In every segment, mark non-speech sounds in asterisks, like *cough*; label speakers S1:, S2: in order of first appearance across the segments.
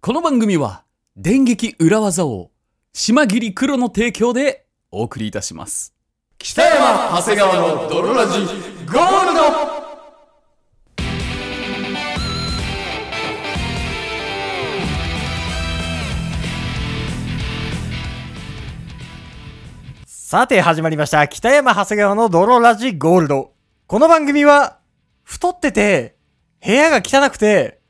S1: この番組は、電撃裏技王、島切黒の提供でお送りいたします。北山長谷川の泥ラジ、ゴールド
S2: さて始まりました。北山長谷川の泥ラジゴールド。この番組は、太ってて、部屋が汚くて、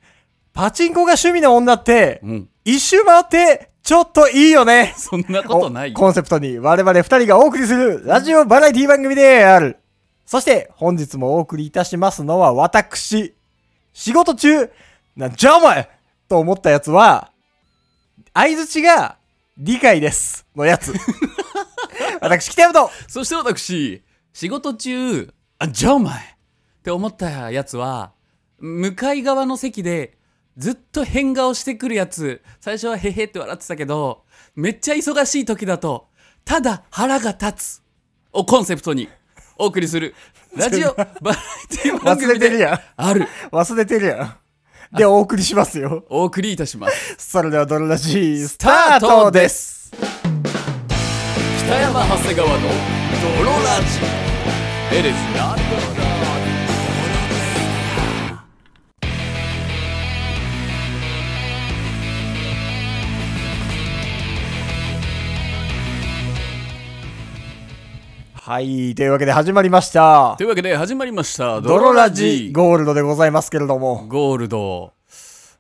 S2: パチンコが趣味の女って、
S1: うん。
S2: 一周回って、ちょっといいよね。
S1: そんなことない
S2: をコンセプトに我々二人がお送りするラジオバラエティ番組である。そして本日もお送りいたしますのは私。仕事中、なんじゃお前と思ったやつは、相づちが理解ですの
S1: *laughs*
S2: やつ。私、北山と
S1: そして私、仕事中、あ、じゃあお前って思ったやつは、向かい側の席で、ずっと変顔してくるやつ、最初はへへって笑ってたけど、めっちゃ忙しい時だと、ただ腹が立つをコンセプトにお送りする、ラジオバラエティ番
S2: 忘れ
S1: 組
S2: てる
S1: で
S2: やん。
S1: ある、
S2: 忘れてるやん。で、お送りしますよ。
S1: お送りいたします。
S2: それでは、ドロラジー、スタートです。
S1: 北山長谷川の泥ラジ。エレスな
S2: はい、というわけで始まりました
S1: と。いうわけで始まりました、
S2: ドロラジ
S1: ー
S2: ゴールドでございますけれども。
S1: ゴールド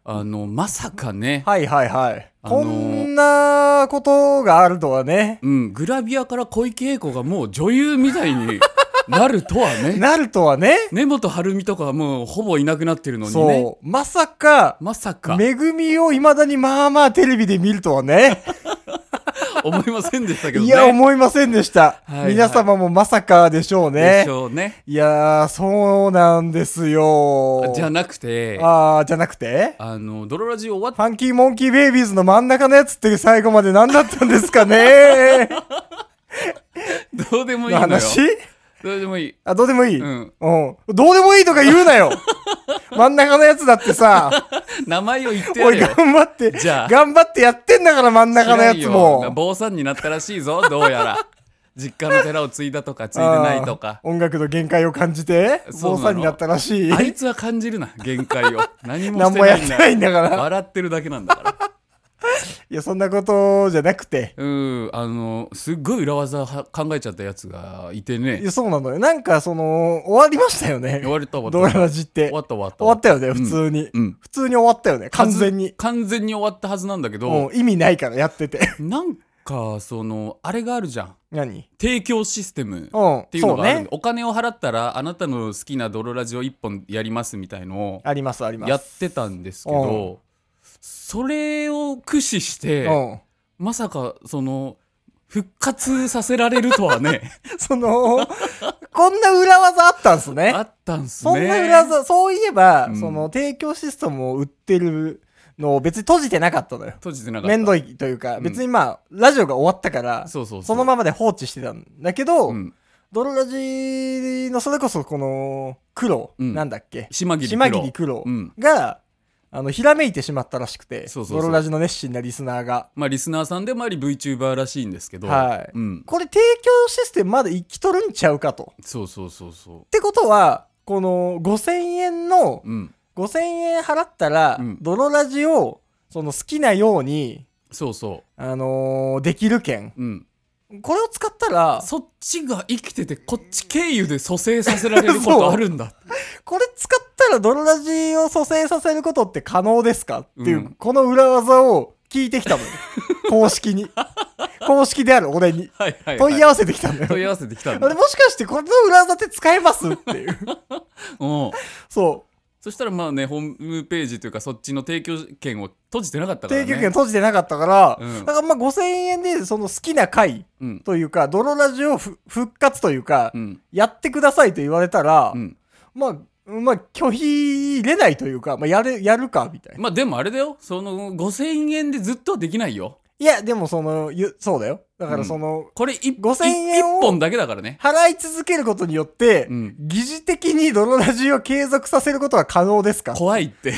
S1: あのまさかね、
S2: はいはいはい。
S1: あのー
S2: こんなことがあるとはね。
S1: うん、グラビアから小池栄子がもう女優みたいになるとはね
S2: なるとは *laughs* ね。
S1: 根本晴美とかはもうほぼいなくなってるのにね
S2: そう。まさか、
S1: まさか
S2: めぐみを未だにまあまあテレビで見るとはね。
S1: 思いませんでしたけどね
S2: いや、思いませんでした。
S1: はいはい
S2: 皆様もまさかでしょう
S1: で
S2: ね
S1: し。ょうね
S2: いやー、そうなんですよ。
S1: じゃなくてあ
S2: あー、じゃなくて
S1: のドロラジ終わっ
S2: ファンキーモンキーベイビーズの真ん中のやつって最後まで何だったんです
S1: *laughs*
S2: かね
S1: どうでもいいのよ
S2: の話
S1: どうでもいい
S2: あ、どうでもいい、
S1: うん
S2: うん。どうでもいいとか言う
S1: *laughs*
S2: なよ真ん中のやつだってさ、
S1: 名前を言ってや
S2: おい
S1: れよ
S2: 頑張って、
S1: じゃあ
S2: 頑張ってやってんだから真ん中のや
S1: 知
S2: つ
S1: らんよ
S2: も。
S1: 坊さんになったらしいぞどうや *laughs* ら実家の寺を継いだとか継いでないとか
S2: あー音楽の限界を感じて、
S1: そうなの
S2: 坊さんになったらしい。
S1: あいつは感じるな、限界を。何もし
S2: 何
S1: て
S2: も
S1: な
S2: や
S1: いん
S2: って
S1: だ
S2: ないんだから。
S1: 笑ってるだけなんだから。
S2: いや、そんなことじゃなくて。
S1: うん、あの、すっごい裏技は考えちゃったやつがいて
S2: い
S1: ね。
S2: やそうなのよ。なんか、その、終わりましたよね。
S1: 終わった終
S2: ド
S1: わっ
S2: ラ
S1: た。
S2: ラジって。
S1: 終わった終わった。
S2: 終わったよね、
S1: ん
S2: 普通に。
S1: うん。
S2: 普通に終わったよね、完全に。
S1: 完全に終わったはずなんだけど、
S2: もう意味ないからやって *laughs* て。
S1: なんか、その、あれがあるじゃん。
S2: 何
S1: 提供システム。
S2: うん。
S1: っていうのがある
S2: そ
S1: んでお金を払ったらあなたの好きな泥ラジオ1本やりますみたいの
S2: あります、あり
S1: を
S2: ます。
S1: やってたんですけ
S2: う
S1: どそれを駆使して
S2: うん。
S1: まさか、その、復活させられるとは
S2: *laughs*
S1: ね、
S2: その、こんな裏技あったんすね
S1: あ。ったんすね。
S2: そんな裏技、そういえば、
S1: うん
S2: その、提供システムを売ってるのを別に閉じてなかったのよ。
S1: 閉じてなかった。
S2: めんどいというか、
S1: ん
S2: 別にまあ、ラジオが終わったから、
S1: そうそうそう。
S2: そのままで放置してたんだけど、
S1: うん。
S2: ドロラジのそれこそこの黒、
S1: うん
S2: なんだっけ
S1: 島切黒
S2: 島切黒
S1: うん。
S2: が、あのひらめいてしまったらしくて
S1: そうそうそう
S2: ドロラジの熱心なリスナーが
S1: まあ、リスナーさんでもあり VTuber らしいんですけど、
S2: はい
S1: うん。
S2: これ提供システムまで生きとるんちゃうかと。っ
S1: そうそうそうそ
S2: てことはこの5000円の
S1: う。うん。
S2: 5000円払ったら、
S1: うん
S2: ドロラジをその好きなように、
S1: そうそ
S2: あのーできる券
S1: う。うん。
S2: これを使ったら
S1: そっちが生きてて、こっち経由で蘇生させられることあるんだ。
S2: これ使ったらドロラジを蘇生させることって可能ですかっていう、
S1: うん
S2: この裏技を聞いてきたの
S1: *laughs*
S2: よ。公式に。公式である俺に。
S1: はいはい、はい。
S2: 問い合わせてきたのよ。
S1: 問い合わせてきたんだ。
S2: 俺もしかしてこの裏技って使えますっていう。
S1: うん。
S2: そ
S1: *laughs* そしたらまあね、ホームページというか、そっちの提供権を閉じてなかった
S2: う。
S1: からね。
S2: 定期券閉じてなかったから、
S1: うん
S2: だからまあ5000円でその好きな回
S1: うん。
S2: というか、ドロラジをふ復活というか、
S1: うん。
S2: やってくださいと言われたら、
S1: うん。
S2: まあ、まあ拒否入れないというか、まあやる、やるかみたいな。
S1: まあでもあれだよ。その5000円でずっとはできないよ。
S2: いや、でもその、ゆそうだよ。だか
S1: うん
S2: らその、
S1: これ1
S2: 5000円を
S1: 本だけだからね。
S2: 払い続けることによって、
S1: うん
S2: *laughs* 疑似的に泥ラジを継続させることは可能ですか
S1: 怖いって。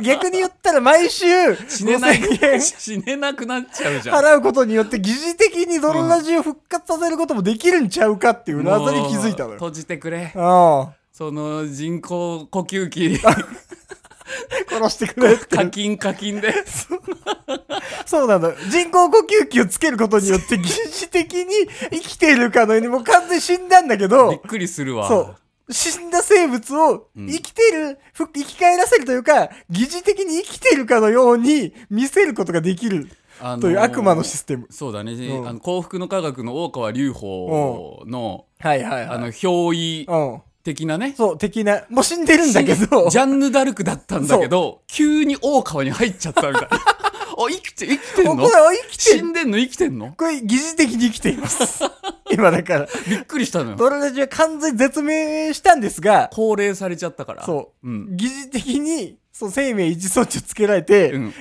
S2: 逆に言ったら毎週
S1: 死ねない
S2: 5000
S1: *laughs*
S2: 円
S1: 死ねなくなっちゃうじゃん
S2: 払うことによって疑似的にドロラジを復活させることもできるんちゃうかっていう謎に気づいた
S1: も
S2: の
S1: う
S2: よ。
S1: 閉じてくれ
S2: う
S1: その人工呼吸器
S2: ん。殺してくれって
S1: 課。金課金で
S2: そうなの。人工呼吸器をつけることによって疑似的に生きているかのようにもう完全に死んだんだけ
S1: びっ
S2: ど、
S1: くりするわ
S2: そう。死んだ生物を
S1: うん
S2: 生きてる、ふ生き返らせるというか、疑似的に生きてるかのように見せることができる
S1: あのー
S2: という悪魔のシステム。
S1: そうだね、
S2: うん
S1: あの幸福の科学の大川隆法の、
S2: はいはい
S1: あの憑依
S2: い。うん。
S1: 的なね
S2: そう、的な。もう死んでるんだけど。
S1: ジャンヌ・ダルクだったんだけど急に大川に入っちゃったみたい
S2: *laughs*
S1: なあ生きて生きてん
S2: 僕
S1: の
S2: らは生きて
S1: 死
S2: る
S1: んでんの生きてんの
S2: これ疑似的に生きています。今
S1: *laughs*
S2: だから。
S1: びっくりしたのよ
S2: ドロラジは完全に絶命したんですが、
S1: 高齢されちゃったから
S2: そう、
S1: うん
S2: 疑似的に、そう、生命維持装置をつけられて、
S1: うん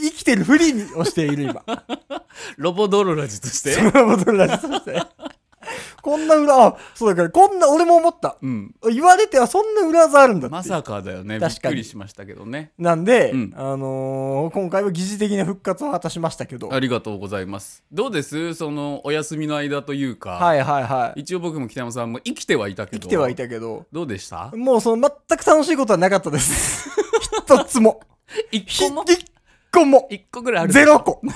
S2: 生きてるふりにをしてい
S1: *laughs*
S2: る今。
S1: ロボドロラジとして
S2: そのままドロラジとして。 *laughs* こんな裏、あ、そうだから、こんな、俺も思った。
S1: うん
S2: 言われてはそんな裏技あるんだって。
S1: まさかだよねびっ
S2: 確か
S1: く
S2: に
S1: りしましたけどね
S2: なんで、
S1: うん
S2: あのー今回は疑似的な復活を果たしましたけど。
S1: あ
S2: はい
S1: りがとうございますどうですそのお休みの間というか、
S2: はいはい。
S1: 一応僕も北山さんも生きてはいたけ
S2: 生
S1: ど
S2: きてはいたけど、
S1: どうでした
S2: もうその全く楽しいことはなかったです。 *laughs* 一つも。
S1: 一
S2: 一
S1: 個も
S2: 個も。
S1: 一個ぐらいある
S2: ゼロ個。こ *laughs*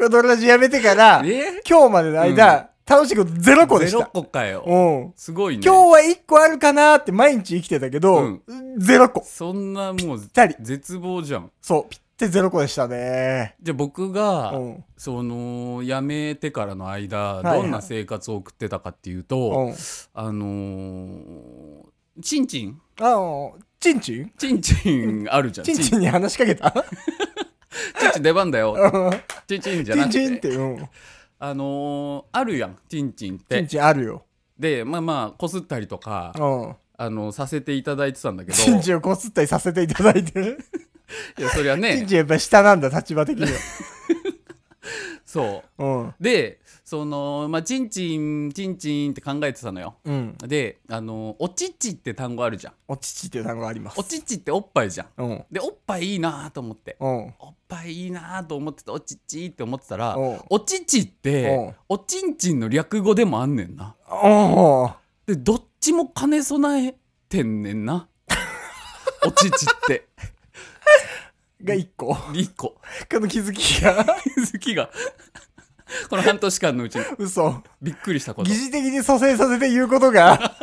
S2: れドロラジやめてから、
S1: え
S2: 今日までの間、楽しいことゼロ個で
S1: ゼ
S2: し
S1: ロ
S2: た。
S1: 個かよ
S2: うん。
S1: すごいね
S2: 今日は1個あるかなーって毎日生きてたけど、ゼロ個。
S1: そんなもう
S2: たり
S1: 絶望じゃん
S2: そう、ぴってゼロ個でしたね。
S1: じゃあ僕が、
S2: うん。
S1: その辞めてからの間
S2: いはい
S1: どんな生活を送ってたかっていうと、
S2: うん。
S1: あのー、チンチン
S2: あの、チンチン
S1: チンチンあるじゃん
S2: チンチ
S1: ン
S2: ンに話しかけた
S1: チンチン出番だよ
S2: うん
S1: チンチンじゃ
S2: チ
S1: な
S2: ン
S1: く
S2: チ
S1: て
S2: ンって、うん。
S1: あのー、あるやんチンチンっ
S2: チン
S1: て
S2: チンあるよ。
S1: でまあまあこすったりとか、
S2: うん。
S1: あのさせていただいてたんだけど
S2: チンチンをこすったりさせていただいてる。
S1: いやそりゃ
S2: チン
S1: ね
S2: チンやっぱ下なんだ、立場的に
S1: そう
S2: は。
S1: でそのまあチンチンチンチンって考えてたのよ
S2: うん。うん。
S1: であのおちちって単語あるじゃん
S2: お乳っていう単語あります
S1: お。ちちっておっぱいじゃん
S2: うん。
S1: でおっぱいいいなと思って
S2: うん。
S1: おっぱいいいなと思ってたおちちって思ってたら
S2: うん
S1: おちちっておちんちんの略語でもあんねんな
S2: おー
S1: でどっちも兼ね備えてんねん
S2: *laughs*
S1: なおちちって
S2: が一個。こ
S1: 一個
S2: の気づきが。
S1: 好きがこの半年間のうちに
S2: 嘘。
S1: びっくりしたこと
S2: 疑似的に蘇生させて言うこと *laughs* が。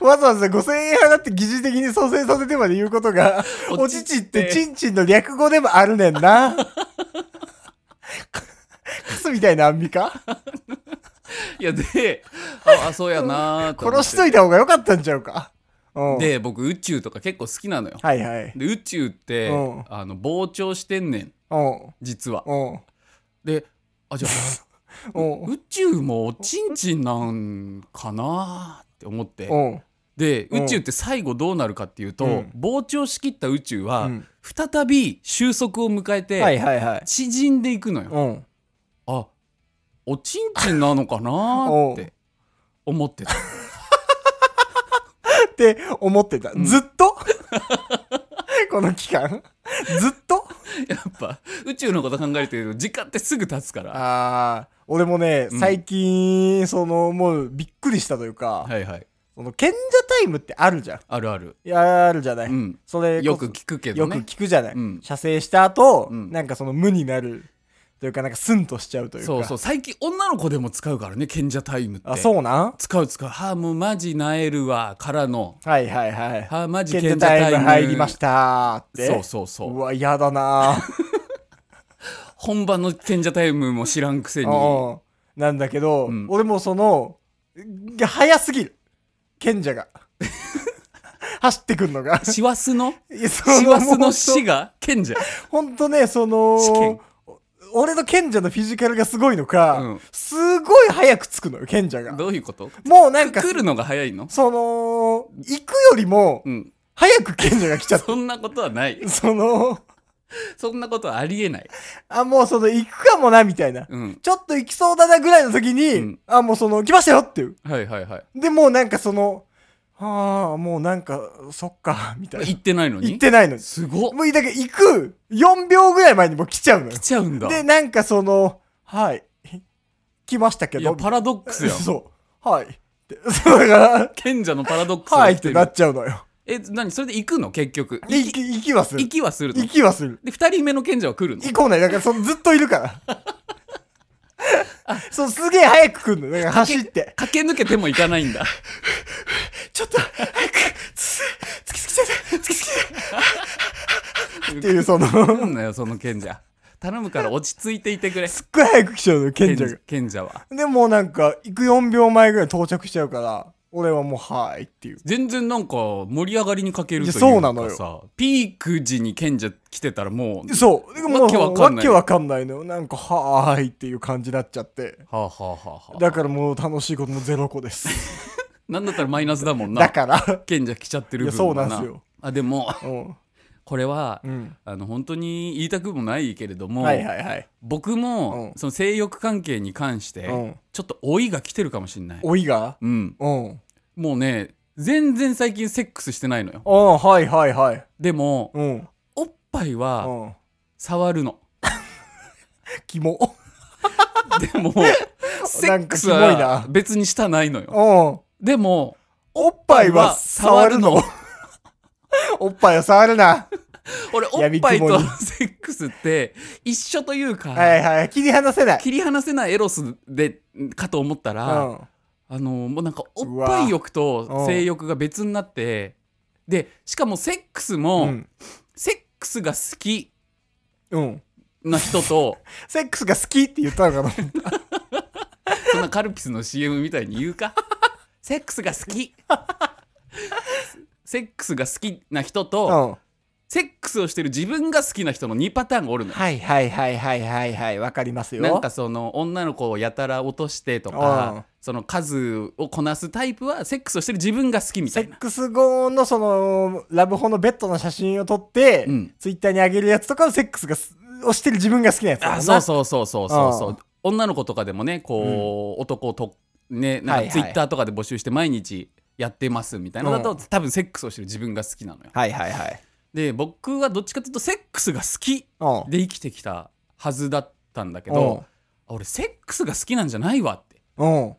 S2: わざわざ5000円払って疑似的に蘇生させてまで言うことが、お
S1: お
S2: ち
S1: 乳
S2: ちっ
S1: ってて
S2: ちんちんの略語でもあるねん *laughs* な。かカスみたいなアンミカ
S1: いやでああそうやなーと思って
S2: 殺しといた方が良かったんちゃうか。うん。
S1: で僕宇宙とか結構好きなのよ
S2: はいはい。
S1: で宇宙って
S2: うん
S1: あの膨張してんねん
S2: うん。
S1: 実は
S2: うん。
S1: であじゃあ
S2: *laughs* うん。
S1: 宇宙もおちんちんなんかなって思って
S2: うん。
S1: で
S2: うん
S1: 宇宙って最後どうなるかっていうと、
S2: うん
S1: 膨張しきった宇宙
S2: う
S1: は
S2: ん
S1: 再び収束を迎え
S2: はい
S1: て
S2: はいはい。
S1: 縮んでいくのよ、
S2: うん。
S1: あおちんちんなのかなー
S2: *laughs*
S1: って思ってた
S2: って思ってた。ずっ *laughs* とこの期間ずっと
S1: やっぱ宇宙のこと考えてると時間ってすぐ経つから
S2: ああ、俺もね、
S1: うん
S2: 最近、その、もうびっくりしたというか、
S1: はいはい
S2: その、賢者タイムってあるじゃん。
S1: あるある、
S2: いや、あるじゃない。
S1: うん、
S2: それこそ
S1: よく聞くけどね
S2: よく聞くじゃない。
S1: うん
S2: 射精した後、
S1: うん
S2: なんかその無になるというか、なんかスンとしちゃうというか。
S1: そうそう最近女の子でも使うからね賢者タイムって
S2: あ、そうなん
S1: 使う使う「はあもうマジなえるわ」からの
S2: はいはいは
S1: 「。
S2: い
S1: はあマジ
S2: 賢
S1: 賢
S2: 者
S1: 者
S2: タ
S1: タイ
S2: イム
S1: ム」
S2: 入りましたーって。
S1: そうそうそう
S2: うわ、嫌だなー。
S1: 本番の賢者タイムも知らんく *laughs* せに
S2: うんなんだけど、
S1: うん
S2: 俺もその、が早すぎる。賢者が。 *laughs* 走ってくんのが。
S1: 師走
S2: *laughs*
S1: の
S2: いやそ
S1: 師走の
S2: 死
S1: 死が賢者
S2: ほんとね、その
S1: 試験、
S2: 俺の賢者のフィジカルがすごいのか、
S1: うん
S2: すごい早く着くのよ、賢者が。
S1: どういうこと
S2: もうなんか、
S1: 来るのが早いの
S2: その、行くよりも
S1: う、ん
S2: 早く賢者が来ちゃっ
S1: そんなことはない *laughs*
S2: た。その、
S1: そんなことはありえない
S2: あ、もうその、行くかもな、みたいな。
S1: うん
S2: ちょっと行きそうだなぐらいの時に、
S1: うん
S2: あ、もうその、来ましたよっていう。
S1: はいはいはい
S2: で、もうなんかその、はあ、もうなんか、そっか、みたいな
S1: 行。ってないのに
S2: 行ってないのに。
S1: すごっ
S2: もう、だから行く4秒ぐらい前にもう来ちゃうのよ
S1: 来。ちゃうんだ
S2: で、なんかその、はい、来ましたけ
S1: い
S2: ど、
S1: やパラドック
S2: *laughs*
S1: スやん
S2: そう、はい。ってそうだから、
S1: 賢者のパラドック *laughs* スが
S2: はい
S1: 起
S2: っ
S1: きて
S2: て
S1: る
S2: なっちゃうのよ。
S1: え何それで行くの結局
S2: で行き、行きはする
S1: 行。きはするの
S2: 行きはする。
S1: で2人目の賢者は来るの
S2: 行こうない。だからそのずっといるから。
S1: *laughs*
S2: そう、すげえ早く来るの。だから走って。
S1: 駆け抜けても行かないんだ
S2: ちょっと、早く、つ、つきつき先生、つきつき先生。って *laughs* いう、その、
S1: 来んなよその賢者頼むから落ち着いていてくれ
S2: すっごい早く来ちゃうのよ、 *laughs* 賢者が。
S1: 賢者は
S2: でもうなんか、行く4秒前ぐらいに到着しちゃうから、俺はもう、はいっていう。
S1: 全然なんか盛り上がりに欠けるというか
S2: い
S1: さ
S2: やそうなの
S1: ピーク時に賢者来てたらもう
S2: そう。でも
S1: わけわかんない
S2: わけわかんないのよ。なんか、はーいっていう感じになっちゃって。
S1: はあはあはあはあ
S2: だからもう楽しいこともゼロ個です。
S1: なんだったらマイナスだもん
S2: だ
S1: な
S2: から。
S1: 賢者来ちゃってる
S2: いや
S1: 分
S2: そう
S1: は
S2: なんすよ
S1: あでも
S2: うん。
S1: これは、
S2: うん。
S1: あの本当に言いたくもないけれども、
S2: はいはいはい。
S1: 僕も、
S2: うん
S1: その性欲関係に関して、
S2: うん
S1: ちょっと老いが来てるかもしんない、
S2: 老いが
S1: うん、
S2: うん。
S1: もうね全然最近セックスしてないのよ
S2: ああ、はいはいはい。
S1: でも
S2: うん。
S1: おっぱいうは
S2: ん。
S1: 触るの、
S2: キモ。
S1: でもセックス
S2: *laughs* なんかキモいな
S1: は別にしたないの
S2: う
S1: よ
S2: ん。
S1: でも
S2: おっぱいは触るの。おっぱいは触るな。
S1: 俺おっぱい
S2: や
S1: と
S2: みく
S1: セックスって一緒というか、
S2: はいはい。切り離せない。
S1: 切り離せないエロスでかと思った
S2: う
S1: ら、
S2: ん。
S1: あのもうなんかおっぱい欲と性欲が別になってでしかもセックスも、
S2: うん。
S1: セックスが好き
S2: うん。
S1: な人
S2: *laughs*
S1: と
S2: セックスが好きって言ったのかな。
S1: そんなカルピスの CM みたいに言う
S2: *laughs*
S1: かセックスが好きセックスが好きな人と、
S2: うん。
S1: セックスをしてる自分が好きな人の2パターンがおるのよ
S2: はいはいはいはいはいはい。わかりますよ。
S1: なんかその女の子をやたら落としてとか、
S2: うん
S1: その数をこなすタイプはセックスをしてる自分が好きみた
S2: セ
S1: い
S2: ッ
S1: な
S2: クス後のそのラブホのベッドの写真を撮って、
S1: うん
S2: ツイッターに上げるやつとかのセックスがすをしてる自分が好きなやつだもんな
S1: あそうそうそうそうそうそう
S2: うん
S1: 女の子とかでもねこう、男をとねなん
S2: はいは
S1: か
S2: い
S1: ツイッターとかで募集して毎日やってますみたいなのだと、
S2: うん
S1: 多分セックスをしてる自分が好きなのよ
S2: はいはいはい
S1: で僕はどっちかというとセックスが好き
S2: うん
S1: で生きてきたはずだったんだけど、あ俺セックスが好きなんじゃないわって
S2: うんうん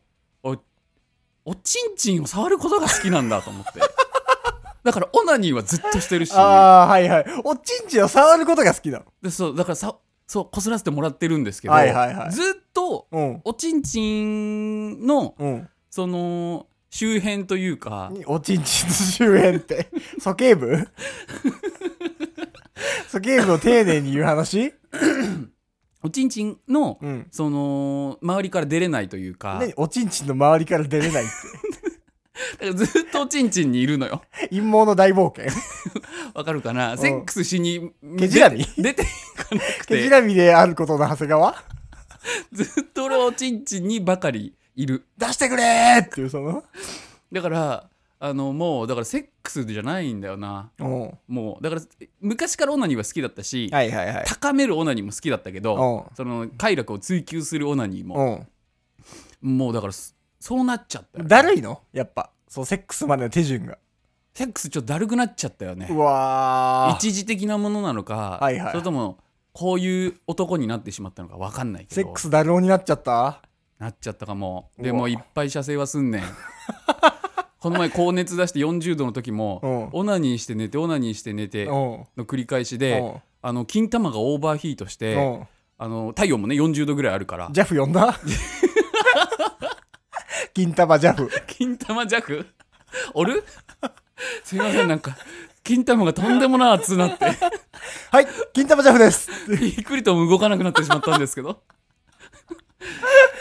S1: おちんちんを触ることが好きなんだと思って *laughs* だからオナニーはずっとしてるし
S2: ああーはいはいおちんちんを触ることが好きなの
S1: でそうだからさそうこすらせてもらってるんですけど、
S2: はいはいはい
S1: ずっと
S2: うん
S1: おちんちんの
S2: うん
S1: その周辺というか
S2: におちんちんの周辺って *laughs* 鼠径部鼠径部を丁寧に言う話
S1: おちんちんの、
S2: うん
S1: その周りから出れないというか
S2: 何おちんちんの周りから出れないっ
S1: だからずっとおちんちんにいるのよ
S2: て陰謀の大冒険
S1: わかるか
S2: う
S1: なんセックスしに
S2: 毛じらみ
S1: 出出ていかなく
S2: 毛
S1: て
S2: じらみであることの長谷川
S1: ずっと俺はおちんちんにばかりいる
S2: 出してくれーっていうその
S1: だからあのもうだからセックスじゃないんだよな
S2: うんは
S1: もうだから昔からオナニーは好きだったし、
S2: いはいはい
S1: 高めるオナニーも好きだったけど
S2: う
S1: その快楽を追求するオナニーも
S2: うん
S1: もうだからそそうなっちゃったよね
S2: だるいのやっぱそうセックスまでの手順が
S1: セックスちょっとだるくなっちゃったよね
S2: うわー
S1: 一時的なものなのか、
S2: はいはい
S1: それともこういう男になってしまったのか分かんないけど
S2: セックスだるおになっちゃった
S1: なっちゃったかも
S2: うわ
S1: でもいっぱい射精はすん
S2: *laughs*
S1: ねんこの前高熱出して40度の時も
S2: う
S1: オナニーして寝てオナニーして寝て
S2: うんうん
S1: の繰り返しであの金玉がオーバーヒートし
S2: う
S1: て
S2: ん
S1: あの体温もね40度ぐらいあるから
S2: ジャフ呼んだ *laughs* 金玉ジャフ
S1: 金玉弱 *laughs* おるすいませんなんか金玉がとんでもな熱なって
S2: *laughs* はい金玉ジャフです
S1: びっくりとも動かなくなってしまったんですけど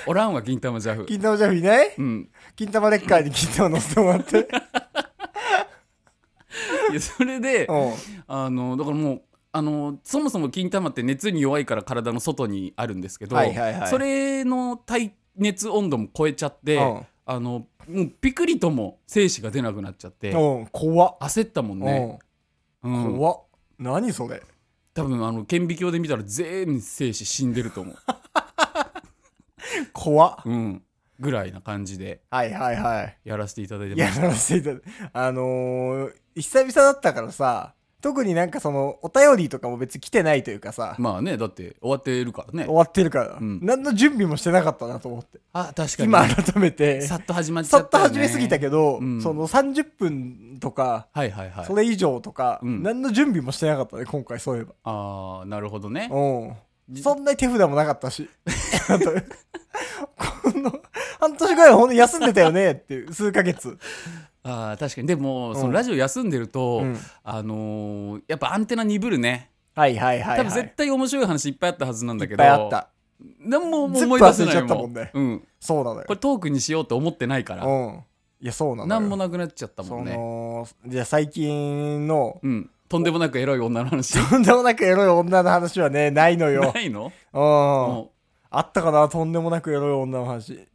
S1: おらんわ金玉ジャフ
S2: 金玉ジャフいない
S1: うん
S2: 金玉レッカーに金玉乗せてもらって
S1: いやそれ
S2: *laughs*
S1: で
S2: うん
S1: あのだからもうあのそもそも金玉って熱に弱いから体の外にあるんですけど、
S2: はいはいはい
S1: それの耐熱温度も超えちゃって、
S2: うん
S1: あのもうピクリとも精子が出なくなっちゃって
S2: うん怖っ
S1: 焦ったもんね、う
S2: うん
S1: ん、
S2: 怖っ何それ
S1: 多分あの顕微
S2: *laughs*
S1: 鏡で見たら全員精子死んでると思う、
S2: 怖っ
S1: うん、ぐらいな感じで
S2: はいはいはい。
S1: やらせていただいて
S2: い
S1: ま
S2: や、
S1: す
S2: らせていただあのー、久々だったからさ、特になんかその、お便りとかも別に来てないというかさ、
S1: まあねだって終わってるからね
S2: *laughs* 終わってるから、
S1: うん
S2: 何の準備もしてなかったなと思って。
S1: あ確かに
S2: 今改めて、
S1: さ
S2: さ
S1: っと始まっちゃ
S2: っ
S1: った
S2: と
S1: よね、
S2: 始めすぎたけど、
S1: うん
S2: その30分とか、
S1: はいはいはい
S2: それ以上とか、
S1: うん
S2: 何の準備もしてなかったね、今回そういえば。
S1: ああなるほどね
S2: うん。そんなに手札もなかったし。 *laughs* あとこの、半年ぐらいほんと休んでた
S1: *laughs*
S2: よねっていう、数ヶ月。
S1: あー確かにでも
S2: ん
S1: そのラジオ休んでると、
S2: うん
S1: あのーやっぱアンテナ鈍るね
S2: はいはいはい、はい。
S1: 多分絶対面白い話いっぱいあったはずなんだ
S2: い
S1: け
S2: っ
S1: ど
S2: ぱいあった。
S1: 何ももう
S2: 全部
S1: 思い出せない
S2: 忘れちゃったもんね
S1: うん、
S2: そうなのよ
S1: こ。れトークにしようと思ってないから
S2: うん。いや、そうなのよ。
S1: 何もなくなっちゃったも
S2: そ
S1: んね
S2: の、じゃあ最近の、
S1: うんとんでもなくエロい女の話
S2: とんでもなくエロい女の話はね、ないのよ。
S1: ないの
S2: うん。
S1: も
S2: あったかな、とんでもなくエロい女の話。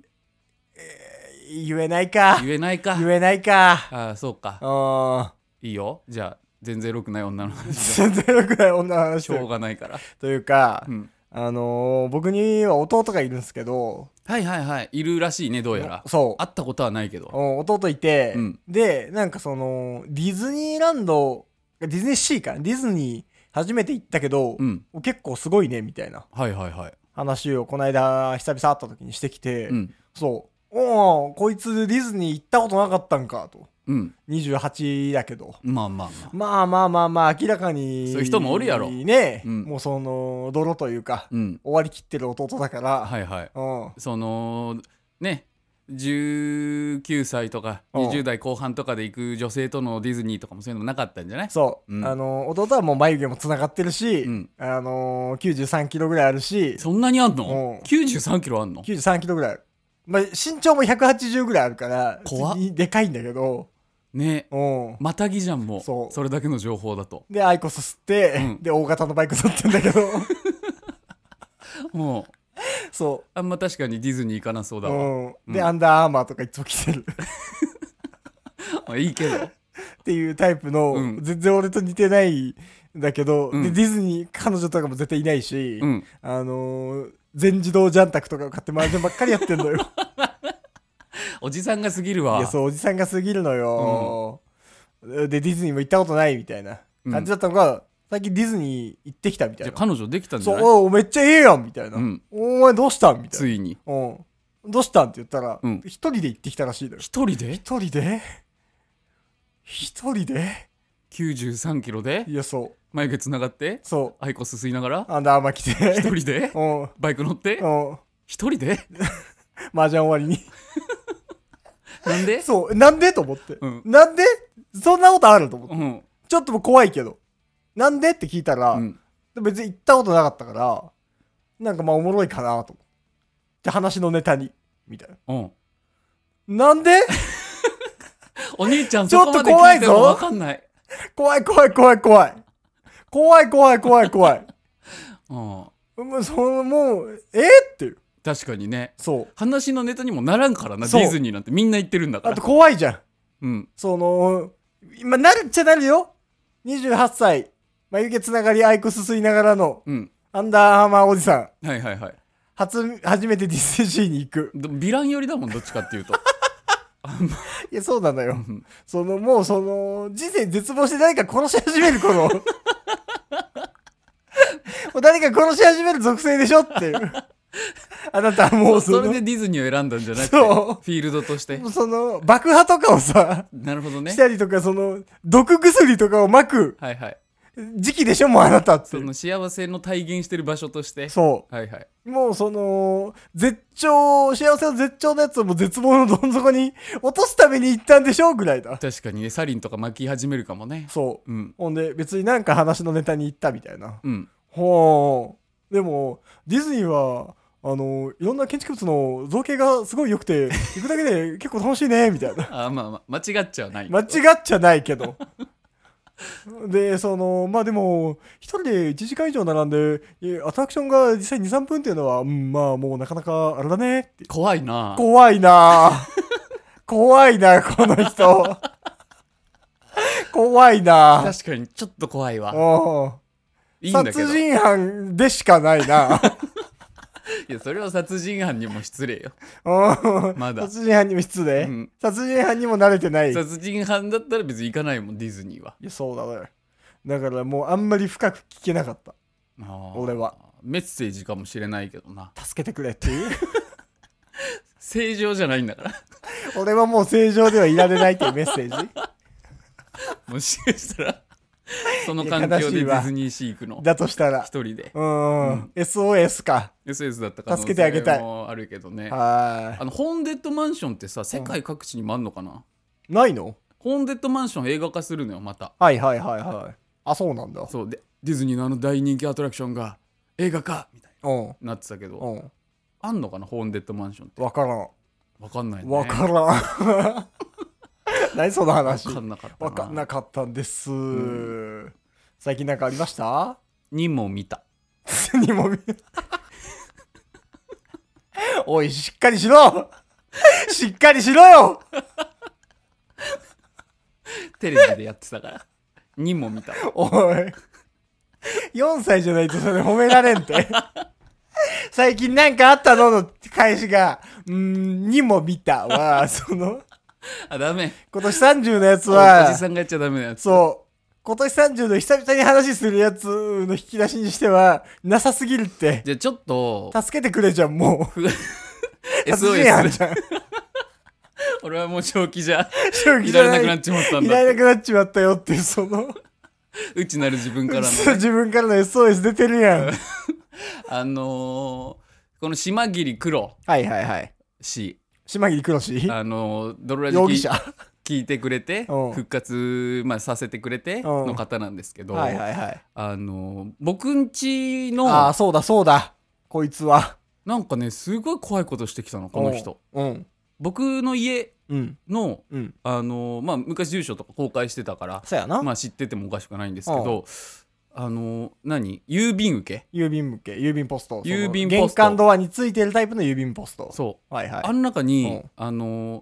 S2: えー言えないか
S1: う。言えないか
S2: 言えないか。
S1: ああそうか
S2: うん。
S1: いいよじゃあ全然エロくない女の
S2: *laughs*
S1: 話
S2: 全然よくない女の話
S1: しょうがないから、
S2: というか、
S1: うん、
S2: あのー僕には弟がいるんですけど、
S1: はいはいはいいるらしいねどうやら
S2: そう。
S1: 会ったことはないけど
S2: うん弟いて、
S1: うん
S2: でなんかそのディズニーランドディズニーシーかなディズニー初めて行ったけど
S1: う、ん
S2: 結構すごいねみたいな
S1: はいはいはい
S2: 話をこの間久々会った時にしてきて、
S1: うん
S2: そう「おおこいつディズニー行ったことなかったんか」と
S1: うん
S2: 28だけど。
S1: まあまあまあ
S2: まあまあまあまあ明らかに
S1: そういう人もおるやろ
S2: ね、
S1: うん
S2: もうその泥というか、
S1: うん
S2: 終わりきってる弟だから、
S1: はいはい
S2: うん
S1: そのね19歳とか
S2: うん
S1: 20代後半とかで行く女性とのディズニーとかもそういうのなかったんじゃない
S2: そう、
S1: うん
S2: あの弟はもう眉毛もつながってるし、
S1: うん
S2: あのー、93キロぐらいあるし
S1: そんなにあん
S2: う
S1: の
S2: ん
S1: ?93 キロあんの
S2: 93キロぐらいある、まあ、身長も180ぐらいあるから
S1: 怖っ
S2: 普通にでかいんだけど
S1: ね
S2: うん
S1: またぎじゃんもう
S2: そう
S1: それだけの情報だと
S2: でアイコス吸って、
S1: うん
S2: で大型のバイク乗ってん
S1: *laughs*
S2: だけど
S1: もう
S2: そ
S1: あんま確かにディズニー行かなそう
S2: う、
S1: だわ、
S2: うん、で、
S1: うん
S2: アンダーアーマーとかいつも着てる *laughs*
S1: まあいいけど
S2: っていうタイプの、
S1: うん
S2: 全然俺と似てないんだけど、
S1: うん
S2: でディズニー彼女とかも絶対いないし、
S1: うん
S2: あのー全自動ジャンタクとかを買って麻雀ばっかりやっ
S1: *laughs*
S2: てんのよ
S1: おじさんが過ぎる
S2: い
S1: わ
S2: やそうおじさんが過ぎるのよ、でディズニーも行ったことないみたいな感じだったのが、最近ディズニー行ってきたみた
S1: じゃ
S2: い
S1: あ
S2: な
S1: 彼女できたんじ
S2: そ
S1: ゃ
S2: う
S1: ない
S2: おうめっちゃええやんみたいな、
S1: うん
S2: お前どうしたんみた
S1: つ
S2: い
S1: いに
S2: な、うん、どうしたんって言ったら、
S1: うん
S2: 一人で行ってきたらしいのよ
S1: 一人で
S2: 一人で一人で
S1: 93キロで
S2: いやそう
S1: 眉毛つながって
S2: そ
S1: アイコス吸いながら
S2: うアンダーアーマー着
S1: 一 *laughs*
S2: て
S1: 人で
S2: うんうん
S1: バイク乗って一人で
S2: 麻雀終わりに
S1: なんで
S2: そうなんでと思って、
S1: うん
S2: なんでそんなことあると思って
S1: うん
S2: ちょっともう怖いけどなんでって聞いたら、
S1: うん
S2: で別に行ったことなかったから、なんかまあおもろいかなと思って。で、話のネタに、みたいな。
S1: うん
S2: なんで
S1: お兄ちゃん
S2: ちょ
S1: そ
S2: っ
S1: ことまで聞いても
S2: 怖いぞ
S1: 分かんない
S2: 怖い怖い怖い怖い。怖い怖い怖い怖い。 *laughs*
S1: うん
S2: もう、その、もう、えっていう。
S1: 確かにね
S2: そう。
S1: 話のネタにもならんからな
S2: そう
S1: ディズニーなんてみんな行ってるんだか
S2: あ
S1: ら
S2: と怖いじゃん。
S1: うん
S2: その、今、なるっちゃなるよ。28歳、眉毛つながりアイコス吸いながらの、
S1: うん
S2: アンダーハマーおじさん。
S1: はいはいはい
S2: 初、初めてディズニーシーに行く。
S1: どヴィラン寄りだもんどっちかっていうと
S2: いや、そうなのよ。
S1: うん
S2: そのもうその人生絶望して誰か殺し始め
S1: *laughs*
S2: る頃もう誰か殺し始める属性でしょっていうあなたはもう *laughs*
S1: そ
S2: その
S1: れでディズニーを選んだんじゃなくてフ
S2: そ
S1: ィールドと
S2: *laughs*
S1: して
S2: その爆破とかをさ
S1: なるほどね
S2: したりとかその毒薬とかをまく
S1: はいはい
S2: 時期でしょもうあなたって
S1: そ
S2: いう
S1: の幸せの体現してる場所として
S2: そ
S1: はいはいう
S2: もうその絶頂幸せの絶頂のやつをもう絶望のどん底に落とすために行ったんでしょぐらいだ
S1: 確かにねサリンとか巻き始めるかもね
S2: そう
S1: うん
S2: ほんで別になんか話のネタに行ったみたいな
S1: うん
S2: ほうでもディズニーはあのいろんな建築物の造形がすごい良くて行くだけで結構楽しいねみたいな
S1: あまあまあ間違っちゃはない
S2: 間違っちゃないけどでそのまあでも一人で1時間以上並んでえアトラクションが実際23分っていうのは、うん、まあもうなかなかあれだねって
S1: 怖いな
S2: 怖いな *laughs* あ怖いなこの人 *laughs* 怖いな
S1: 確かにちょっと怖いわ
S2: あ
S1: いいんだけ
S2: 殺
S1: ど
S2: 人犯でしかないな
S1: いやそれは殺人犯にも失礼よ、
S2: うん
S1: まだ
S2: 殺人犯にも失礼、
S1: うん
S2: 殺人犯にも慣れてない。い
S1: 殺人犯だったら別に行かないもんディズニーは
S2: や、そうだね。だからもうあんまり深く聞けなかった。
S1: あー
S2: 俺は
S1: メッセージかもしれないけどな
S2: 助けてくれっていう。 *laughs*
S1: 正常じゃないんだから *laughs*
S2: 俺はもう正常ではいられないっていうメッセージ。
S1: もしかした
S2: *laughs*
S1: らその環境でディズニーシー行くの
S2: だとしたら。
S1: 一人で
S2: うん、SOS か。
S1: SS だった可能
S2: 助けてあげたい
S1: 性もあるけどね
S2: は
S1: あのホーンデッドマンションってさ世界各地にもあんのかな、
S2: い。ないの
S1: ホーンデッドマンション映画化するのよまた
S2: はいはいはいはい。あ、そうなんだ。
S1: そうでディズニーのあの大人気アトラクションが映画化みたい
S2: うん。
S1: になってたけど
S2: うん。
S1: あんのかなホーンデッドマンションって
S2: わからん。
S1: わかんないね
S2: わから
S1: *laughs*
S2: ん。何その
S1: わ
S2: 話。
S1: かんなかった
S2: わかんなかったんです。最近なんかありました *laughs*
S1: にも見た
S2: にも見おい、しっかりしろしっかりしろよ
S1: テレビでやってた *laughs* からにも見た
S2: おい。4歳じゃないとそれ褒められん
S1: *laughs*
S2: て。最近なんかあったのの返しが、うーん、にも見たは、その、
S1: あダメ
S2: 今年30のやつ
S1: お
S2: は
S1: じ、さんがやっちゃダメなやつ
S2: そう。今年30の久々に話するやつの引き出しにしては、なさすぎるって。
S1: じゃあちょっ
S2: *laughs*
S1: と
S2: 助けてくれじゃん、もう。殺人犯
S1: SOS
S2: じゃん。
S1: 俺はもう正気じ
S2: *laughs*
S1: ゃ
S2: 正
S1: *laughs*
S2: 気
S1: い
S2: じゃ
S1: られ
S2: な
S1: なく
S2: い
S1: なっちまったん
S2: い
S1: だ
S2: られなくなっちまったよって、その、
S1: うちなる自分からの
S2: そう自分からの SOS 出てるやん。はい
S1: あのー、この島切黒
S2: はいはい。
S1: 氏
S2: 島切黒氏
S1: あのー、ドロラジ
S2: 容疑
S1: 聞
S2: 者。
S1: い聞いてくれて
S2: うん
S1: 復活、まあ、させてくれての方なんですけど、
S2: はいはいはい。
S1: あのー、僕んち
S2: ああ、
S1: の
S2: そうだそうだ。こいつは。
S1: なんかねすごい怖いことしてきたのこの人
S2: うん。
S1: 僕の家
S2: うん。
S1: の、
S2: うん。
S1: あのーまあ、昔住所とか公開してたから、
S2: そうやな。
S1: まあ、知っててもおかしくないんですけどあのー何郵便受け
S2: 郵便向け、郵便ポスト。その
S1: 郵便ポスト
S2: 玄関ドアについてるタイプの郵便ポスト。
S1: そう
S2: はいはい。
S1: あん中に、
S2: うん
S1: あのー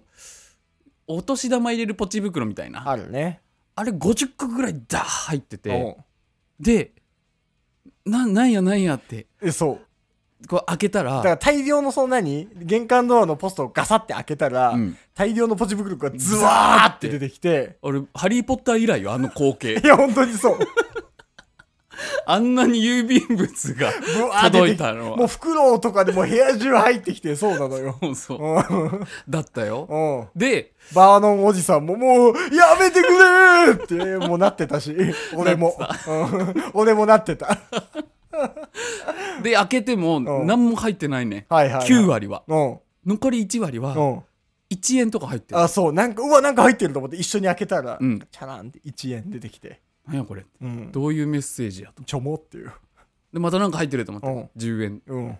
S1: お年玉入れるポチ袋みたいなあ
S2: あるね。
S1: れ50個ぐらいダー入ってて
S2: うん
S1: でななんやなんやって
S2: え、そう。
S1: こう開けた
S2: だから
S1: ら、
S2: 大量のそんなに玄関ドアのポストをガサって開けたら、
S1: うん、
S2: 大量のポチ袋がズワーって出てきて、
S1: 俺「ハリー・ポッター」以来よあの光
S2: *laughs*
S1: 景
S2: いや、本当にそう。
S1: あんなに郵便物が
S2: ブワーっ
S1: 届
S2: て出て
S1: い
S2: きて
S1: たの
S2: もう
S1: は
S2: 袋とかでもう部屋中入ってきて、そうなのよ。
S1: そう *laughs* そう
S2: うん。うん
S1: だったよで
S2: バーノンおじさんももう、やめてくれーって、もうなってたし、
S1: *laughs*
S2: 俺も。うん俺もなってた。
S1: で開けても
S2: ん
S1: 何も入ってないね
S2: はいはい、はい。
S1: 9。割は
S2: うん。
S1: 残り1割は
S2: うん。
S1: 1円とか入ってる
S2: あ、そう。なんか、うわ、なんか入ってると思って一緒に開けたら、
S1: うん
S2: チャランって1円出てきて、
S1: 何やこれ
S2: うん。
S1: どういうメッセージやと
S2: ちょもっていう。
S1: でまたなんか入ってると思
S2: う
S1: っ
S2: ん
S1: て10円
S2: うん。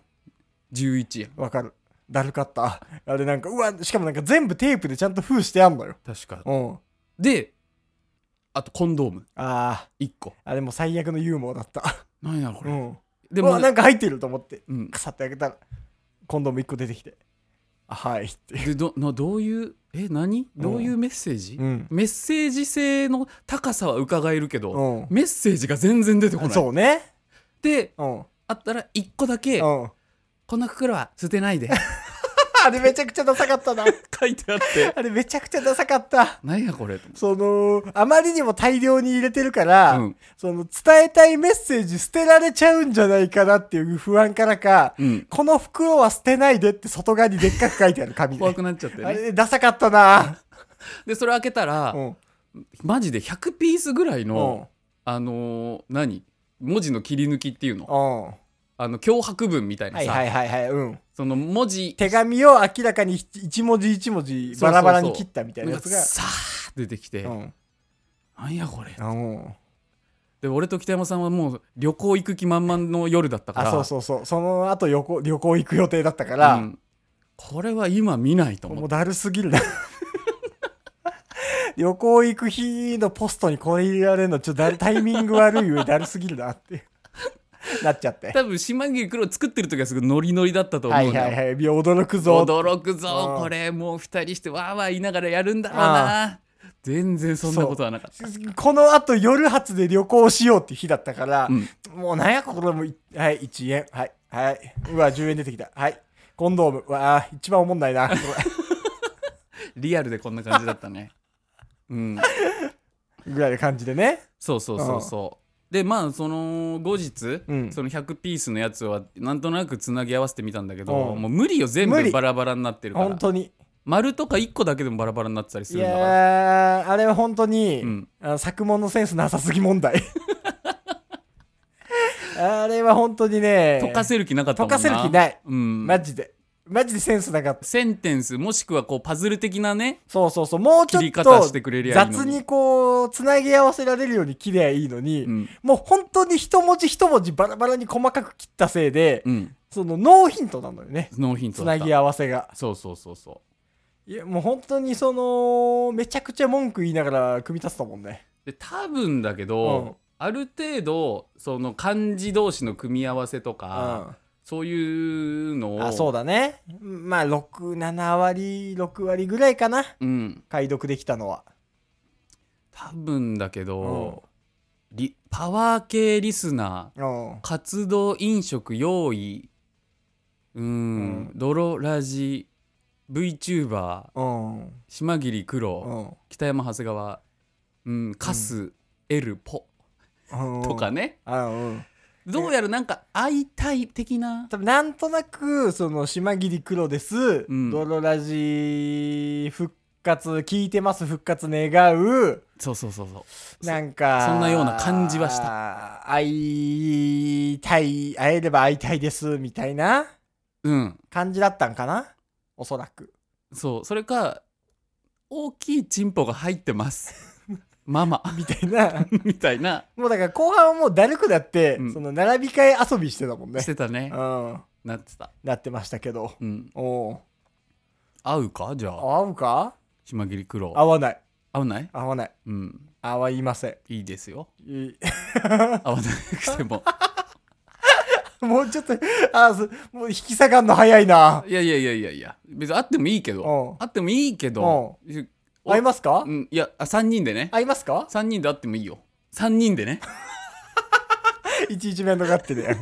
S1: 11円
S2: わかる。だるかった。あれなんか、うわ、しかもなんか全部テープでちゃんと封してあんのよ。
S1: 確か
S2: うん。
S1: であとコンドーム
S2: あ
S1: 1個
S2: あ、あれも最悪のユーモアだった。
S1: なんやこ
S2: う
S1: れ、
S2: ん。
S1: で
S2: う
S1: も
S2: わ、なんか入ってると思って、
S1: うん
S2: くさって開けたら、今度も1個出てきて、あ、はいっていう。
S1: でどなどういうえ何どういうメッセージ、
S2: うん。
S1: メッセージ性の高さは伺えるけど、
S2: うん
S1: メッセージが全然出てこない
S2: そうね。
S1: で
S2: うん。
S1: あったら1個だけ
S2: うん。
S1: 「こんな袋は捨て
S2: *laughs*
S1: ないで
S2: あれめちゃくちゃダサかったな。」
S1: 書いてあって
S2: *laughs* あれめちゃくちゃダサかった。
S1: 何やこれと
S2: その、あまりにも大量に入れてるから、
S1: うん
S2: その伝えたいメッセージ捨てられちゃうんじゃないかなっていう不安からか、
S1: うん
S2: この袋は捨てないでって外側にでっかく書いてある紙で。
S1: 怖くなっちゃって
S2: あ
S1: ね
S2: れダサかったな。
S1: でそれ開けたら、
S2: うん。
S1: マジで100ピースぐらいうの、
S2: ん。
S1: あのー何文字の切り抜きっていうの
S2: うん。
S1: あの脅迫文みたいな
S2: はい
S1: さ、
S2: はいはいはい。うん。
S1: その文字
S2: 手紙を明らかに一文字一文字バラバラに切ったみたいなやつが。
S1: さあ出てきて、
S2: うん。
S1: なんやこれ
S2: うん。
S1: で俺と北山さんはもう旅行行く気満々の夜だったから
S2: あ、そうそうそう。その後旅行、旅行行く予定だったから、
S1: うんこれは今見ないと思
S2: も
S1: っ
S2: う
S1: て
S2: だるすぎるな。 *laughs* 旅行行く日のポストにこれ入れられるの、ちょっとだるタイミング悪い上だるすぎるなって、なっちゃって。
S1: 多分島切黒作ってる時はすごいノリノリだったと思
S2: は
S1: うの
S2: い
S1: よ、
S2: はいはい。いや驚くぞ。
S1: 驚くぞ、
S2: うん
S1: これもう二人してわーわー言いながらやるんだろうな全然そんなことはなかった
S2: この後夜発で旅行しようっていう日だったから、
S1: うん
S2: もうなんやこれもいはい1円はいはいうわ10円出てきたはいコンドームうわあ一番おもんない *laughs* なこ *laughs*
S1: リアルでこんな感じだったねうん
S2: れぐらいの感じで
S1: *laughs*
S2: ね
S1: そうそうそうそうでまあその後日、
S2: うん
S1: その100ピースのやつはなんとなくつなぎ合わせてみたんだけど、
S2: うん
S1: もう無理よ全
S2: 無
S1: 部
S2: 理
S1: バラバラになってるか
S2: 本
S1: ら
S2: 当に
S1: 丸とか1個だけでもバラバラになってたりす
S2: い
S1: るんだから
S2: やーあれは本当に、
S1: うん
S2: あの作文のセンスなさすぎ
S1: *laughs*
S2: 問題あれは本当にね
S1: 溶かせる気なかったもんな
S2: 溶かせる気ない
S1: うん
S2: マジでマジでセンスなかった
S1: センテンスもしくはこうパズル的なね
S2: そうそうそうもうちょ
S1: 切
S2: っ
S1: り方し
S2: と
S1: てくれりゃいいのに
S2: 雑にこうつなぎ合わせられるように切りゃいいのに、
S1: うん、
S2: もう本当に一文字一文字バラバラに細かく切ったせいで、
S1: うん、
S2: そのノーヒントなのよね
S1: ノーヒン
S2: つ
S1: トだ
S2: な
S1: った
S2: ぎ合わせが
S1: そうそうそうそ
S2: いやもう本当にそのめちゃくちゃ文句言いながら組み立てたもんね
S1: うで多分だけど、
S2: うん
S1: ある程度その漢字同士の組み合わせとか、
S2: うん
S1: そういうのを
S2: あそうだねまあ67割6割ぐらいかな
S1: うん、
S2: 解読できたのは
S1: 多分だけ
S2: うん
S1: ど、リパワー系リスナー
S2: うん
S1: 活動飲食用意うーん、
S2: うん
S1: ドロラジ VTuber
S2: うん
S1: 島切黒、
S2: うん
S1: 北山長谷川うんカス、エルポ
S2: うん
S1: とかね、
S2: あうん
S1: どうやらなんか相対的な
S2: 多分なんとなくその島切黒です、
S1: うん
S2: ドロラジ復活聞いてます復活願う
S1: そうそうそうそう
S2: なんか
S1: そそんなような感じはした
S2: 会いたい会えれば会いたいですみたいな
S1: うん
S2: 感じだったんかなおそらく
S1: そうそれか大きいチンポが入ってます
S2: *laughs*
S1: マ *laughs* マ
S2: みたいな
S1: みたいな
S2: もうだから後半はもうだるくなって、
S1: うん
S2: その並び替え遊びしてたもんね
S1: してたね
S2: うん
S1: なってた
S2: なってましたけど
S1: うん
S2: おう
S1: 合うかじゃあ
S2: 合うか
S1: 島切黒
S2: 合わない
S1: 合わない
S2: 合わない
S1: うん
S2: 合いません
S1: いいですよ
S2: い *laughs* い
S1: 合わなくて
S2: *laughs*
S1: も
S2: もうちょっとあすもう引き下がんの早いない
S1: やいやいやいやいや別に合ってもいいけど
S2: う
S1: 合ってもいいけどお
S2: 合いますか
S1: うんいやあ3人でね
S2: 合いますか
S1: 3人で会ってもいいよ3人でね
S2: 11面のがってるやん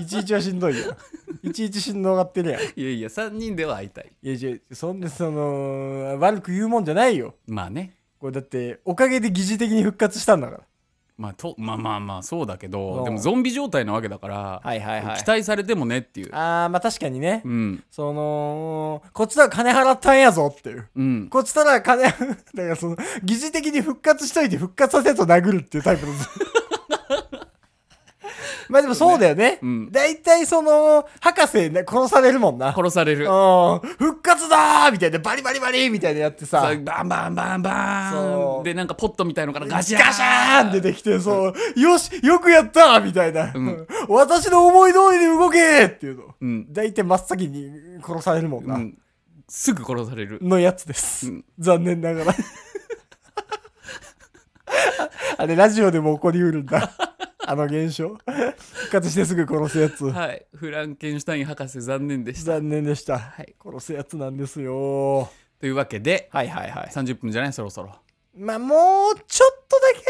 S2: 11はしんどいよ11しんどがってるやんい
S1: いやいや3人では会いたい
S2: やじゃそんなその悪く言うもんじゃないよ
S1: まあね
S2: これだっておかげで疑似的に復活したんだから
S1: まあとまあまあまあそうだけ
S2: う
S1: ど
S2: ん
S1: でもゾンビ状態なわけだから、
S2: はいはいはい
S1: 期待されてもねっていう
S2: あーまあ確かにね、
S1: うん
S2: そのこっちは金払ったんやぞっていう
S1: うん
S2: こっちたら金 *laughs* だからその疑似的に復活しといて復活させると殴るっていうタイプの *laughs* まあでもそうだよね
S1: うん
S2: 大体、その博士、ね、殺されるもんな
S1: 殺される
S2: うん復活だーみたいなバリバリバリみたいなやってさ
S1: さバンバンバンバ
S2: そ
S1: ー
S2: う
S1: ンでなんかポットみたいのからガ
S2: ガシ
S1: シ
S2: ャ
S1: ャー
S2: ーン
S1: ン
S2: 出てきて、そう、よし、よくやったみたいな、
S1: ん
S2: 私の思い通りで動けーっていうの。
S1: うん、
S2: 大体真っ先に殺されるもん
S1: う
S2: な。
S1: ん、すぐ殺される
S2: のやつです。
S1: うん
S2: 残念ながら。あれ、ラジオでも起こりうるんだ。あの現象。復活してすぐ殺すやつ。
S1: はいフランケンシュタイン博士残念でした
S2: 残念でした。
S1: はい
S2: 殺すやつなんですよ。
S1: というわけで
S2: はいはいはい。
S1: 30分じゃないそろそろ
S2: まあ、もうちょっとだけ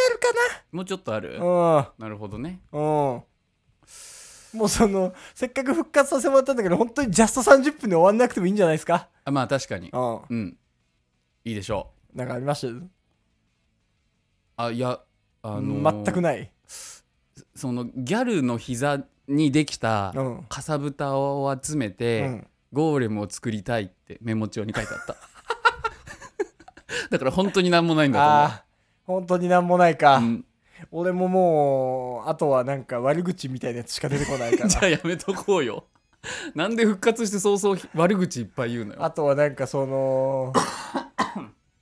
S1: もうちょっとある
S2: あるかな。うん。
S1: なるほどね
S2: うん。もうその、せっかく復活させてもらったんだけど、本当にジャスト30分で終わんなくてもいいんじゃないですか。
S1: あまあ確かに
S2: うん。
S1: うんいいでしょう
S2: なんかありました、
S1: あいやあのー
S2: 全くない。
S1: そのギャルの膝にできた
S2: うん
S1: かさぶたを集めて、
S2: うん
S1: ゴーレムを作りたいってメモ帳に書いてあった *laughs* だから本当に何もないんだ
S2: ああ、本当になんもないか。
S1: と思う、うん
S2: 俺ももう、あとはなんか悪口みたいなやつしか出てこない
S1: *laughs*
S2: か
S1: じゃ
S2: ら。
S1: あやめとこうよなんで復活して早々悪口いっぱい言うのよ
S2: あとはなんか
S1: *laughs*
S2: その、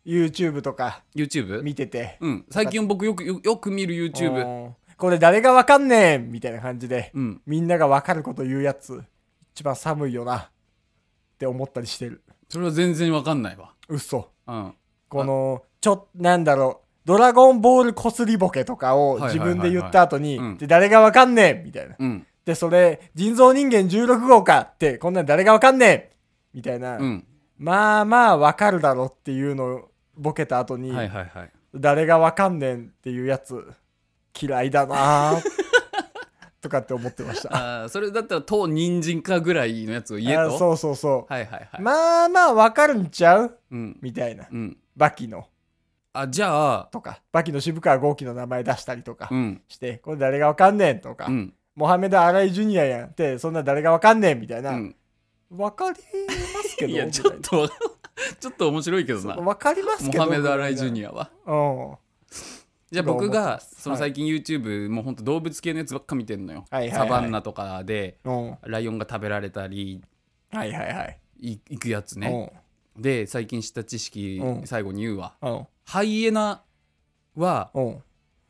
S2: YouTube とか
S1: YouTube?
S2: 見てて。
S1: うん最近僕よくよよく見る YouTube
S2: うんこれ誰がわかんねんみたいな感じで。
S1: うん
S2: みんながわかること言うやつ一番寒いよなって思ったりしてる
S1: それは全然わかんないわ
S2: 嘘
S1: うん
S2: このちょなんだろうドラゴンボールこすりボケとかを
S1: はいはい
S2: 自
S1: はいはい
S2: 分で言った後に、
S1: うん
S2: で誰がわかんねんみたいな。
S1: うん
S2: で、それ、人造人間16号かって、こんなん誰がわかんねんみたいな、
S1: うん
S2: まあまあわかるだろっていうのをボケた後に、
S1: はいはいはい
S2: 誰がわかんねんっていうやつ、嫌いだなぁかって思って
S1: *laughs*
S2: ました。
S1: あーそれだったら当人参かぐらいのやつを言え
S2: あ
S1: と
S2: そうそうそう。
S1: はいはいはい、
S2: まあまあわかるんちゃう
S1: うん
S2: みたいな。
S1: うん
S2: バキの
S1: あじゃあ
S2: とか、バキの渋川豪輝の名前出したりとか
S1: うん
S2: して、これ誰がわかんねんとか、
S1: うん
S2: モハメド・アライ・ジュニアやんって、そんな誰がわかんねんみたいうな。わ、
S1: ん
S2: かりますけど。
S1: *laughs* いやちょっとわかちょっと面白いけど
S2: みたいな
S1: な
S2: わかりますけ
S1: モ
S2: ど。
S1: ハメド・アライ・ジュ
S2: ア。
S1: ニアは
S2: うん。は
S1: じゃあ僕
S2: と思って
S1: が
S2: ます
S1: その最近 YouTube もうほんと動物系のやつばっか見てんのよ、
S2: いはい、はい。
S1: サバン。ナとかで
S2: うん。は
S1: ライオンが食べられたり
S2: いはいはい。
S1: いいくやつねで最近知った知識
S2: うん
S1: 最後に言うわ
S2: うん。うん。
S1: ハイエナは
S2: うん。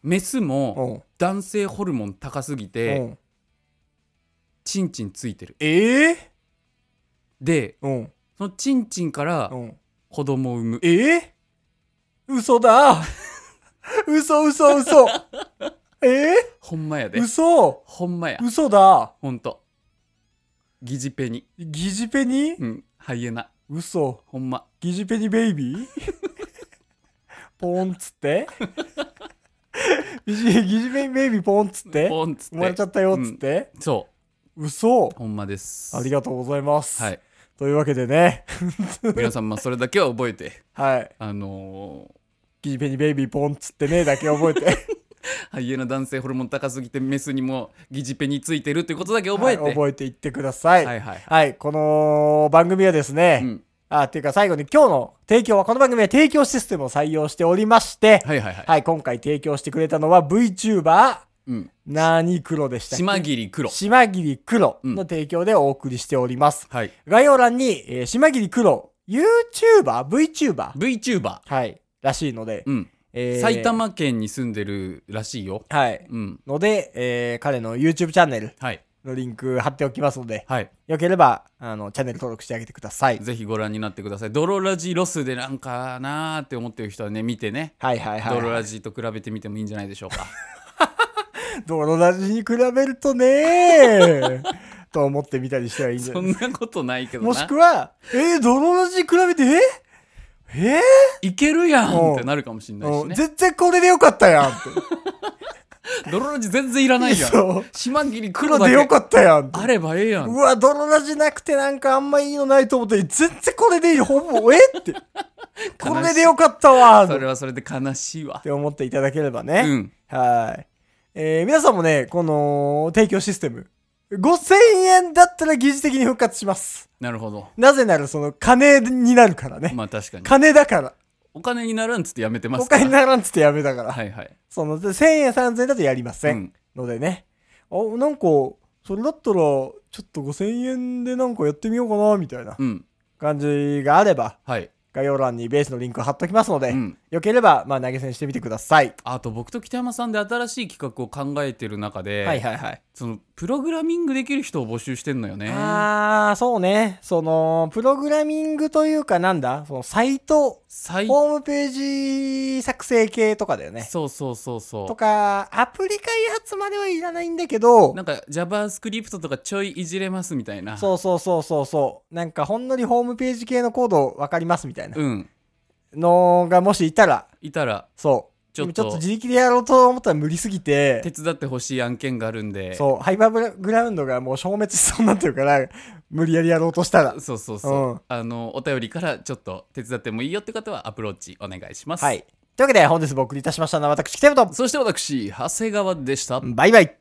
S1: メス
S2: う
S1: も
S2: ん。
S1: 男性ホルモン高すぎ
S2: う
S1: て
S2: ん
S1: チンチンついてる
S2: ええ
S1: で
S2: うん。
S1: そのチンチンから
S2: うん。
S1: 子供を産む
S2: えー、嘘だ *laughs* 嘘嘘
S1: *laughs*
S2: 嘘え
S1: ほんまや
S2: ー、
S1: で
S2: 嘘
S1: ほんまや
S2: 嘘だ
S1: ほんと疑似ペニ
S2: ギジペニ
S1: うんハイエナ
S2: 嘘
S1: ほんま
S2: ギジペニベイビーポーンっつってギジギジペニベイビーポーンっつって
S1: ポンっつ
S2: 生ま
S1: っ
S2: れちゃ
S1: て
S2: ったよっつって、
S1: そ
S2: 嘘
S1: うほんまです
S2: ありがとうございます、
S1: はい
S2: というわけでね
S1: 皆さんまあそれだけは覚えて
S2: はい
S1: あの
S2: ギジペニベイビーポーンっつってねだけ覚えて
S1: ー、ハイエナ男性ホルモン高すぎてメスにも疑似ペについてるってことだけ *laughs* 覚えて、
S2: はい、
S1: は
S2: 覚えていってください
S1: い、はい
S2: はい、この番組はですね、
S1: うん
S2: あ、っていうか最後に今日の提供は、この番組は提供システムを採用しておりまして、はい、
S1: はいはいはい、
S2: 今回提供してくれたのは VTuber、
S1: うん、
S2: なに黒でしたっけ
S1: 島切黒
S2: 島切黒の提供でお送りしております。
S1: はい
S2: 概要欄に、えー島切黒、YouTuber、VTuber、
S1: VTuber、
S2: はい、らしいので、
S1: うん
S2: えー
S1: 埼。玉県に住んでるらしいよ
S2: はい。
S1: うん
S2: ので、えー彼の YouTube チャンネル
S1: はい
S2: のリンク貼っておきますので、
S1: はい
S2: よければ、あの、チャンネル登録してあげてください。
S1: ぜひご覧になってくださいドロラジロスでなんかなーって思ってる人はね見てね
S2: はいはいはい。
S1: ドロラジと比べてみてもいいんじゃないでしょう
S2: *laughs*
S1: か
S2: 泥ラジに比べる
S1: *laughs*
S2: とねと思ってみたりしたらいいんじゃな
S1: そ
S2: い
S1: んなことないけどな
S2: もしくは、えー、泥ラジに比べて、え
S1: いけるやんってなるかもしれ
S2: え
S1: ないしね
S2: 全然これでよかったやんって。
S1: ドロラジ全然いら *laughs* ないやん
S2: そう
S1: 島切黒
S2: 黒
S1: だ
S2: でよ
S1: け
S2: かったやんって
S1: あればええやん
S2: うわ、泥ラジなくてなんかあんまいいのないと思って、全然これでいい、ほぼ、え
S1: *laughs*
S2: って。これでよかったわ
S1: そ
S2: っ
S1: れはそれで悲しいわ
S2: て思っていただければ
S1: う
S2: ね。
S1: ん
S2: はい。えー皆さんもね、この、提供システム。5000円だったら疑似的に復活します。
S1: なるほど
S2: なぜならその金になるからね。
S1: まあ確かに
S2: 金だから。
S1: お金にならんっつってやめてま
S2: お
S1: すから
S2: 金にならんっつってやめたから。
S1: はいはい
S2: その、で1000円3000円だとやりません。
S1: うん
S2: のでね。あ、なんか、それだったら、ちょっと5000円でなんかやってみようかな、みたいな
S1: うん
S2: 感じがあれば、
S1: はい
S2: 概要欄にベースのリンク貼っときますので、
S1: うん
S2: よければ、まあ投げ銭してみてください。
S1: あと僕と北山さんで新しい企画を考えてる中で、
S2: はいはいはい。
S1: そのプログラミングできる人を募集してんのよね
S2: あー、そうね。その、プログラミングというかなんだその、サイト、
S1: サイ
S2: ホームページ作成系とかだよね。
S1: そうそうそうそ
S2: と
S1: う
S2: か、アプリ開発まではいらないんだけど
S1: な、んか JavaScript とかちょいいじれますみたいな
S2: そうそうそうそうそう、なんかほんのりホームページ系のコードわかりますみたいな
S1: うん
S2: のがもしいたら、
S1: いたら
S2: そう、
S1: ちょっと
S2: ちょっと自力でやろうと思ったら無理すぎ
S1: 手
S2: て、
S1: 伝ってほしい案件があるんで
S2: そう、ハイパーグラウンドがもう消滅しそうになってるから、無理やりやろうとしたら、
S1: そうそうそう、
S2: うん
S1: あのお便りからちょっと手伝ってもいいよって方はアプローチお願いします、
S2: はい。というわけで本日もお送りいたしましたのは私、北山と、
S1: そして私長谷川でした、
S2: バイバイ